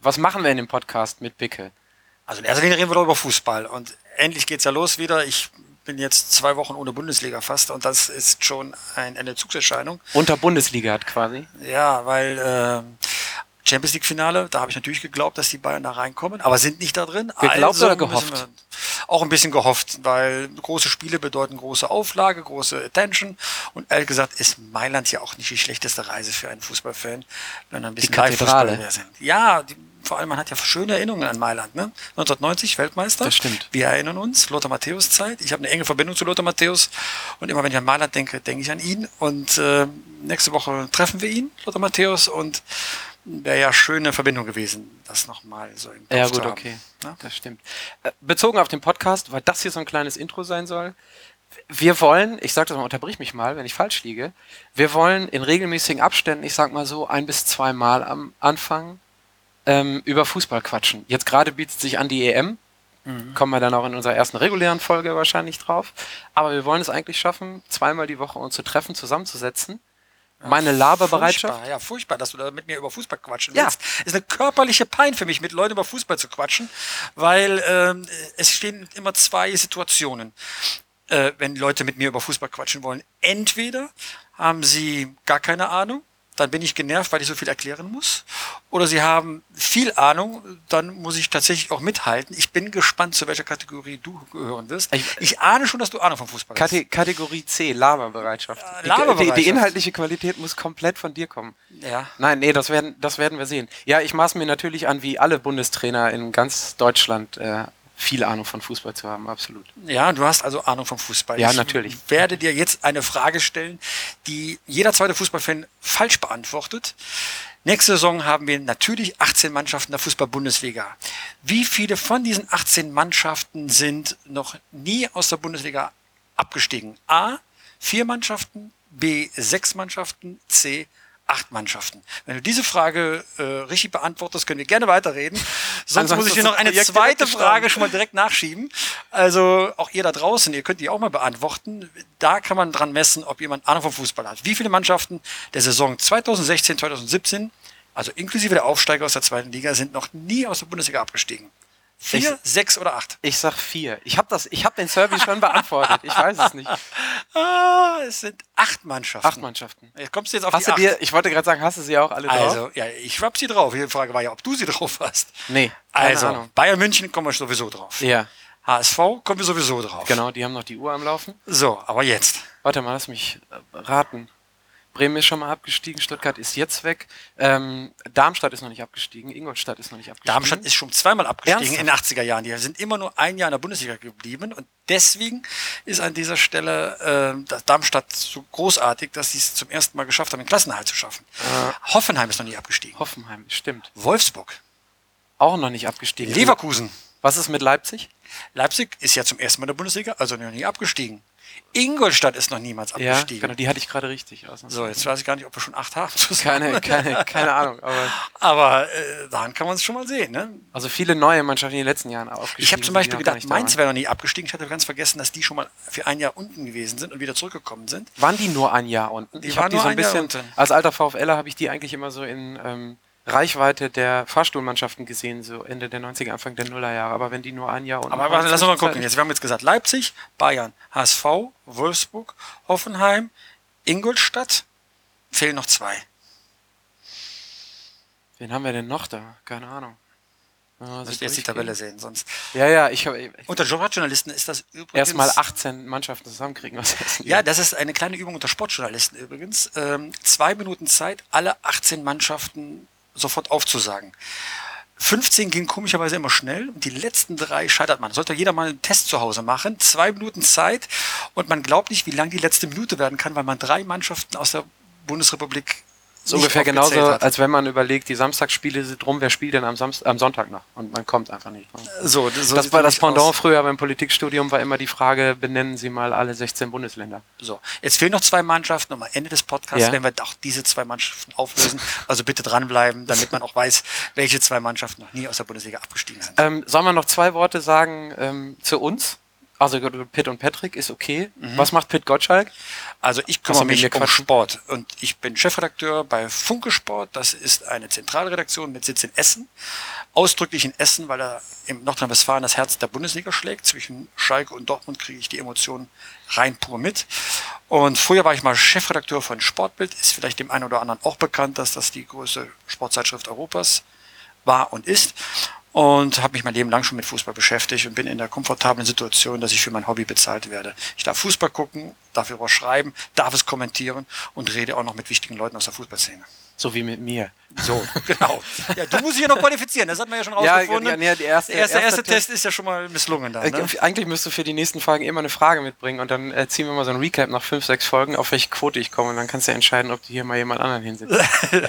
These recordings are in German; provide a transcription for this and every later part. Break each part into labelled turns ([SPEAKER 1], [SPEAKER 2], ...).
[SPEAKER 1] Was machen wir in dem Podcast mit Pickel?
[SPEAKER 2] Also in erster Linie reden wir doch über Fußball. Und endlich geht's ja los wieder. Ich bin jetzt zwei Wochen ohne Bundesliga fast und das ist schon ein, eine Zugserscheinung.
[SPEAKER 1] Unter Bundesliga hat quasi.
[SPEAKER 2] Ja, weil äh, Champions League Finale, da habe ich natürlich geglaubt, dass die Bayern da reinkommen, aber sind nicht da drin. Also
[SPEAKER 1] Geglaubt oder gehofft?
[SPEAKER 2] müssen wir- Auch ein bisschen gehofft, weil große Spiele bedeuten große Auflage, große Attention und ehrlich gesagt ist Mailand ja auch nicht die schlechteste Reise für einen Fußballfan, wenn er ein bisschen
[SPEAKER 1] Kathedrale.
[SPEAKER 2] Live-Fußball mehr sind. Ja, die, vor allem man hat ja schöne Erinnerungen an Mailand, ne? 1990 Weltmeister.
[SPEAKER 1] Das stimmt.
[SPEAKER 2] Wir erinnern uns, Lothar Matthäus Zeit. Ich habe eine enge Verbindung zu Lothar Matthäus und immer wenn ich an Mailand denke, denke ich an ihn. Und äh, nächste Woche treffen wir ihn, Lothar Matthäus, und wäre ja schöne Verbindung gewesen, das nochmal so im Kopf
[SPEAKER 1] Äh, Ja,
[SPEAKER 2] zu
[SPEAKER 1] gut,
[SPEAKER 2] haben.
[SPEAKER 1] okay.
[SPEAKER 2] Ne?
[SPEAKER 1] Das stimmt. Äh, Bezogen auf den Podcast, weil das hier so ein kleines Intro sein soll. Wir wollen, ich sag das mal, unterbrich mich mal, wenn ich falsch liege. Wir wollen in regelmäßigen Abständen, ich sag mal so, ein bis zweimal am Anfang ähm, über Fußball quatschen. Jetzt gerade bietet sich an die EM. Kommen wir dann auch in unserer ersten regulären Folge wahrscheinlich drauf. Aber wir wollen es eigentlich schaffen, zweimal die Woche uns zu treffen, zusammenzusetzen. Meine Laberbereitschaft.
[SPEAKER 2] Furchtbar, ja, furchtbar, dass du da mit mir über Fußball quatschen
[SPEAKER 1] Ja.
[SPEAKER 2] willst. Ist eine körperliche Pein für mich, mit Leuten über Fußball zu quatschen, weil ähm, es stehen immer zwei Situationen, äh, wenn Leute mit mir über Fußball quatschen wollen. Entweder haben sie gar keine Ahnung, dann bin ich genervt, weil ich so viel erklären muss. Oder sie haben viel Ahnung, dann muss ich tatsächlich auch mithalten. Ich bin gespannt, zu welcher Kategorie du gehören wirst. Ich,
[SPEAKER 1] Ich-
[SPEAKER 2] ahne schon, dass du Ahnung vom Fußball hast.
[SPEAKER 1] Kate Kategorie C, Laberbereitschaft.
[SPEAKER 2] Äh,
[SPEAKER 1] Die- Die,
[SPEAKER 2] Laberbereitschaft.
[SPEAKER 1] die inhaltliche Qualität muss komplett von dir kommen.
[SPEAKER 2] Ja.
[SPEAKER 1] Nein, nee, das werden, das werden wir sehen. Ja, ich maß mir natürlich an, wie alle Bundestrainer in ganz Deutschland äh, viel Ahnung von Fußball zu haben, absolut.
[SPEAKER 2] Ja, du hast also Ahnung vom Fußball.
[SPEAKER 1] Ja, natürlich.
[SPEAKER 2] Ich werde dir jetzt eine Frage stellen, die jeder zweite Fußballfan falsch beantwortet. Nächste Saison haben wir natürlich 18 Mannschaften der Fußball-Bundesliga. Wie viele von diesen 18 Mannschaften sind noch nie aus der Bundesliga abgestiegen? A, vier Mannschaften, B, sechs Mannschaften, C, acht Mannschaften. Wenn du diese Frage äh, richtig beantwortest, können wir gerne weiterreden. Sonst
[SPEAKER 1] Ansonsten
[SPEAKER 2] muss ich dir
[SPEAKER 1] ist
[SPEAKER 2] noch
[SPEAKER 1] das
[SPEAKER 2] eine
[SPEAKER 1] Projekt direkt
[SPEAKER 2] zweite
[SPEAKER 1] gestorben.
[SPEAKER 2] Frage schon mal direkt nachschieben. Also auch ihr da draußen, ihr könnt die auch mal beantworten. Da kann man dran messen, ob jemand Ahnung vom Fußball hat. Wie viele Mannschaften der Saison 2016, 2017, also inklusive der Aufsteiger aus der zweiten Liga, sind noch nie aus der Bundesliga abgestiegen? Vier, sechs oder acht?
[SPEAKER 1] Ich sag vier. Ich habe hab den Survey schon beantwortet. Ich weiß es nicht.
[SPEAKER 2] Ah, es sind acht Mannschaften.
[SPEAKER 1] Acht Mannschaften.
[SPEAKER 2] Jetzt kommst du jetzt auf
[SPEAKER 1] Hast
[SPEAKER 2] die
[SPEAKER 1] du
[SPEAKER 2] acht.
[SPEAKER 1] dir, ich wollte gerade sagen, hast du sie auch alle drauf?
[SPEAKER 2] also, ja, ich hab sie drauf. Die Frage war ja, ob du sie drauf hast.
[SPEAKER 1] Nee, keine
[SPEAKER 2] Also,
[SPEAKER 1] Ahnung.
[SPEAKER 2] Bayern München kommen wir sowieso drauf.
[SPEAKER 1] Ja,
[SPEAKER 2] HSV kommen wir sowieso drauf.
[SPEAKER 1] genau, die haben noch die Uhr am Laufen.
[SPEAKER 2] So, aber jetzt.
[SPEAKER 1] Warte mal, lass mich äh, raten. Bremen ist schon mal abgestiegen, Stuttgart ist jetzt weg, ähm, Darmstadt ist noch nicht abgestiegen, Ingolstadt ist noch nicht abgestiegen.
[SPEAKER 2] Darmstadt ist schon zweimal abgestiegen
[SPEAKER 1] Mhm. Ernsthaft?
[SPEAKER 2] in den 80er Jahren. Die sind immer nur ein Jahr in der Bundesliga geblieben und deswegen ist an dieser Stelle äh, das Darmstadt so großartig, dass sie es zum ersten Mal geschafft haben, den Klassenerhalt zu schaffen. Hoffenheim ist noch nicht abgestiegen.
[SPEAKER 1] Hoffenheim, stimmt.
[SPEAKER 2] Wolfsburg,
[SPEAKER 1] Auch noch nicht abgestiegen.
[SPEAKER 2] Leverkusen,
[SPEAKER 1] Was ist mit Leipzig?
[SPEAKER 2] Leipzig ist ja zum ersten Mal in der Bundesliga, also noch nie abgestiegen. Ingolstadt ist noch niemals abgestiegen.
[SPEAKER 1] genau, die hatte ich gerade richtig. ausnahmsweise.
[SPEAKER 2] So, jetzt weiß ich gar nicht, ob wir schon acht haben.
[SPEAKER 1] Keine, keine, keine Ahnung. Aber
[SPEAKER 2] Aber äh, daran kann man es schon mal sehen. Ne?
[SPEAKER 1] also viele neue Mannschaften in den letzten Jahren aufgestiegen.
[SPEAKER 2] Ich habe zum
[SPEAKER 1] sind,
[SPEAKER 2] Beispiel
[SPEAKER 1] die noch gar
[SPEAKER 2] gedacht,
[SPEAKER 1] nicht da
[SPEAKER 2] Mainz wäre noch nie abgestiegen. Ich hatte ganz vergessen, dass die schon mal für ein Jahr unten gewesen sind und wieder zurückgekommen sind.
[SPEAKER 1] Waren die nur ein Jahr unten?
[SPEAKER 2] Die
[SPEAKER 1] ich
[SPEAKER 2] waren
[SPEAKER 1] habe die
[SPEAKER 2] nur
[SPEAKER 1] so ein
[SPEAKER 2] ein Jahr
[SPEAKER 1] bisschen,
[SPEAKER 2] unten.
[SPEAKER 1] als alter VfLer habe ich die eigentlich immer so in ähm, Reichweite der Fahrstuhlmannschaften gesehen, so Ende der 90er, Anfang der Nullerjahre. Aber wenn die nur ein Jahr unten
[SPEAKER 2] Aber
[SPEAKER 1] waren, halt
[SPEAKER 2] warte, lass uns mal gucken.
[SPEAKER 1] zwischenzeitlich-
[SPEAKER 2] Jetzt, wir haben jetzt gesagt Leipzig, Bayern, HSV, Wolfsburg, Hoffenheim, Ingolstadt. Fehlen noch zwei.
[SPEAKER 1] Wen haben wir denn noch da? Keine Ahnung. Ja,
[SPEAKER 2] Müsst ihr jetzt die Tabelle sehen. Sonst.
[SPEAKER 1] Ja, ja, ich habe
[SPEAKER 2] Unter Sportjournalisten ist das übrigens.
[SPEAKER 1] erstmal 18 Mannschaften zusammenkriegen aus Hessen.
[SPEAKER 2] Ja, das ist eine kleine Übung unter Sportjournalisten übrigens. Ähm, zwei Minuten Zeit, alle 18 Mannschaften sofort aufzusagen. 15 gehen komischerweise immer schnell und die letzten drei scheitert man. Sollte jeder mal einen Test zu Hause machen. Zwei Minuten Zeit und man glaubt nicht, wie lang die letzte Minute werden kann, weil man drei Mannschaften aus der Bundesrepublik
[SPEAKER 1] ist ungefähr genauso,
[SPEAKER 2] Als
[SPEAKER 1] als wenn man überlegt, die Samstagsspiele sind rum, wer spielt denn am, Samst am Sonntag noch? Und man kommt einfach nicht. dran.
[SPEAKER 2] so, so
[SPEAKER 1] das
[SPEAKER 2] sieht
[SPEAKER 1] war
[SPEAKER 2] nämlich
[SPEAKER 1] das Pendant
[SPEAKER 2] aus.
[SPEAKER 1] früher beim Politikstudium, war immer die Frage, benennen Sie mal alle 16 Bundesländer.
[SPEAKER 2] So, jetzt fehlen noch zwei Mannschaften und am Ende des Podcasts
[SPEAKER 1] Ja.
[SPEAKER 2] werden wir auch diese zwei Mannschaften auflösen. Also bitte dranbleiben, damit man auch weiß, welche zwei Mannschaften noch nie aus der Bundesliga abgestiegen sind.
[SPEAKER 1] Ähm, sollen wir noch zwei Worte sagen ähm, zu uns? Also Pitt und Patrick ist okay.
[SPEAKER 2] Mhm.
[SPEAKER 1] Was macht Pitt Gottschalk?
[SPEAKER 2] Also ich
[SPEAKER 1] Kannst du
[SPEAKER 2] kümmere
[SPEAKER 1] mit
[SPEAKER 2] mich
[SPEAKER 1] mir
[SPEAKER 2] um
[SPEAKER 1] quatschen?
[SPEAKER 2] Sport und ich bin Chefredakteur bei Funke Sport. Das ist eine Zentralredaktion mit Sitz in Essen. ausdrücklich in Essen, weil er in Nordrhein-Westfalen das Herz der Bundesliga schlägt. Zwischen Schalke und Dortmund kriege ich die Emotionen rein pur mit. Und früher war ich mal Chefredakteur von Sportbild. Ist vielleicht dem einen oder anderen auch bekannt, dass das die größte Sportzeitschrift Europas war und ist. Und habe mich mein Leben lang schon mit Fußball beschäftigt und bin in der komfortablen Situation, dass ich für mein Hobby bezahlt werde. Ich darf Fußball gucken, darf darüber schreiben, darf es kommentieren und rede auch noch mit wichtigen Leuten aus der Fußballszene.
[SPEAKER 1] So wie mit mir.
[SPEAKER 2] So, genau. Ja, du musst dich ja noch qualifizieren, das hat man ja schon rausgefunden.
[SPEAKER 1] ja, nee, die erste-
[SPEAKER 2] der erste,
[SPEAKER 1] erster
[SPEAKER 2] erste Test ist ja schon mal misslungen da. Ne?
[SPEAKER 1] Eig- Äh, Eigentlich müsstest du für die nächsten Fragen immer eine Frage mitbringen und dann äh, ziehen wir mal so ein Recap nach fünf, sechs Folgen, auf welche Quote ich komme und dann kannst du ja entscheiden, ob du hier mal jemand anderen hinsetzt, äh,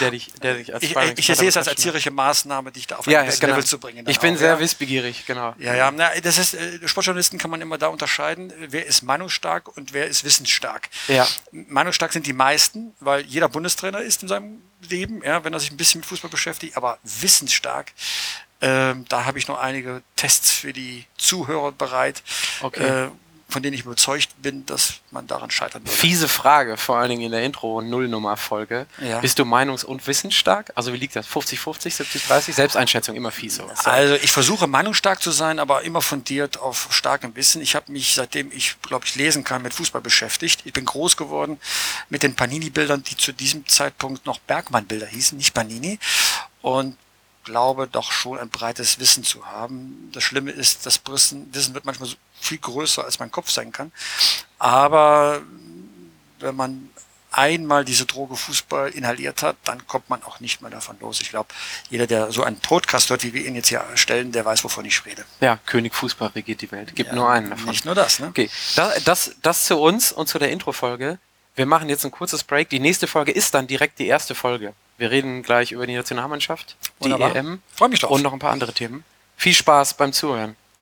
[SPEAKER 1] der dich, der dich als
[SPEAKER 2] Ich, äh, ich,
[SPEAKER 1] Sparringspartner
[SPEAKER 2] sehe es als
[SPEAKER 1] beschäftigt.
[SPEAKER 2] erzieherische Maßnahme, dich da auf ein
[SPEAKER 1] ja,
[SPEAKER 2] gewisses
[SPEAKER 1] genau.
[SPEAKER 2] Level zu bringen. dann
[SPEAKER 1] Ich bin
[SPEAKER 2] auch,
[SPEAKER 1] sehr
[SPEAKER 2] ja.
[SPEAKER 1] wissbegierig, genau.
[SPEAKER 2] Ja, ja, na, das heißt, äh, Sportjournalisten kann man immer da unterscheiden, äh, wer ist meinungsstark und wer ist wissensstark.
[SPEAKER 1] Ja.
[SPEAKER 2] Meinungsstark sind die meisten, weil jeder Bundestrainer ist in seinem Leben, ja, wenn er sich ein bisschen mit Fußball beschäftigt, aber wissensstark, ähm, da habe ich noch einige Tests für die Zuhörer bereit,
[SPEAKER 1] Okay.
[SPEAKER 2] äh, von denen ich überzeugt bin, dass man daran scheitern wird.
[SPEAKER 1] Fiese Frage, vor allen Dingen in der Intro- und Nullnummer-Folge.
[SPEAKER 2] Ja.
[SPEAKER 1] Bist du meinungs- und wissensstark? Also wie liegt das? 50-50, 70-30? Selbsteinschätzung, immer fies sowas.
[SPEAKER 2] Also ich versuche meinungsstark zu sein, aber immer fundiert auf starkem Wissen. Ich habe mich, seitdem ich, glaube ich, lesen kann, mit Fußball beschäftigt. Ich bin groß geworden mit den Panini-Bildern, die zu diesem Zeitpunkt noch Bergmann-Bilder hießen, nicht Panini. Und glaube doch schon ein breites Wissen zu haben. Das Schlimme ist, das Wissen Wissen wird manchmal so viel größer, als mein Kopf sein kann. Aber wenn man einmal diese Droge Fußball inhaliert hat, dann kommt man auch nicht mehr davon los. Ich glaube, jeder, der so einen Podcast hört, wie wir ihn jetzt hier stellen, der weiß, wovon ich rede.
[SPEAKER 1] Ja, König Fußball regiert die Welt. Gibt nur einen davon.
[SPEAKER 2] Nicht nur das, ne?
[SPEAKER 1] Okay, das, das, das zu uns und zu der Intro-Folge. Wir machen jetzt ein kurzes Break. Die nächste Folge ist dann direkt die erste Folge. Wir reden gleich über die E Nationalmannschaft, die
[SPEAKER 2] Wunderbar.
[SPEAKER 1] EM
[SPEAKER 2] Freu mich drauf.
[SPEAKER 1] und noch ein paar andere Themen. Viel Spaß beim Zuhören.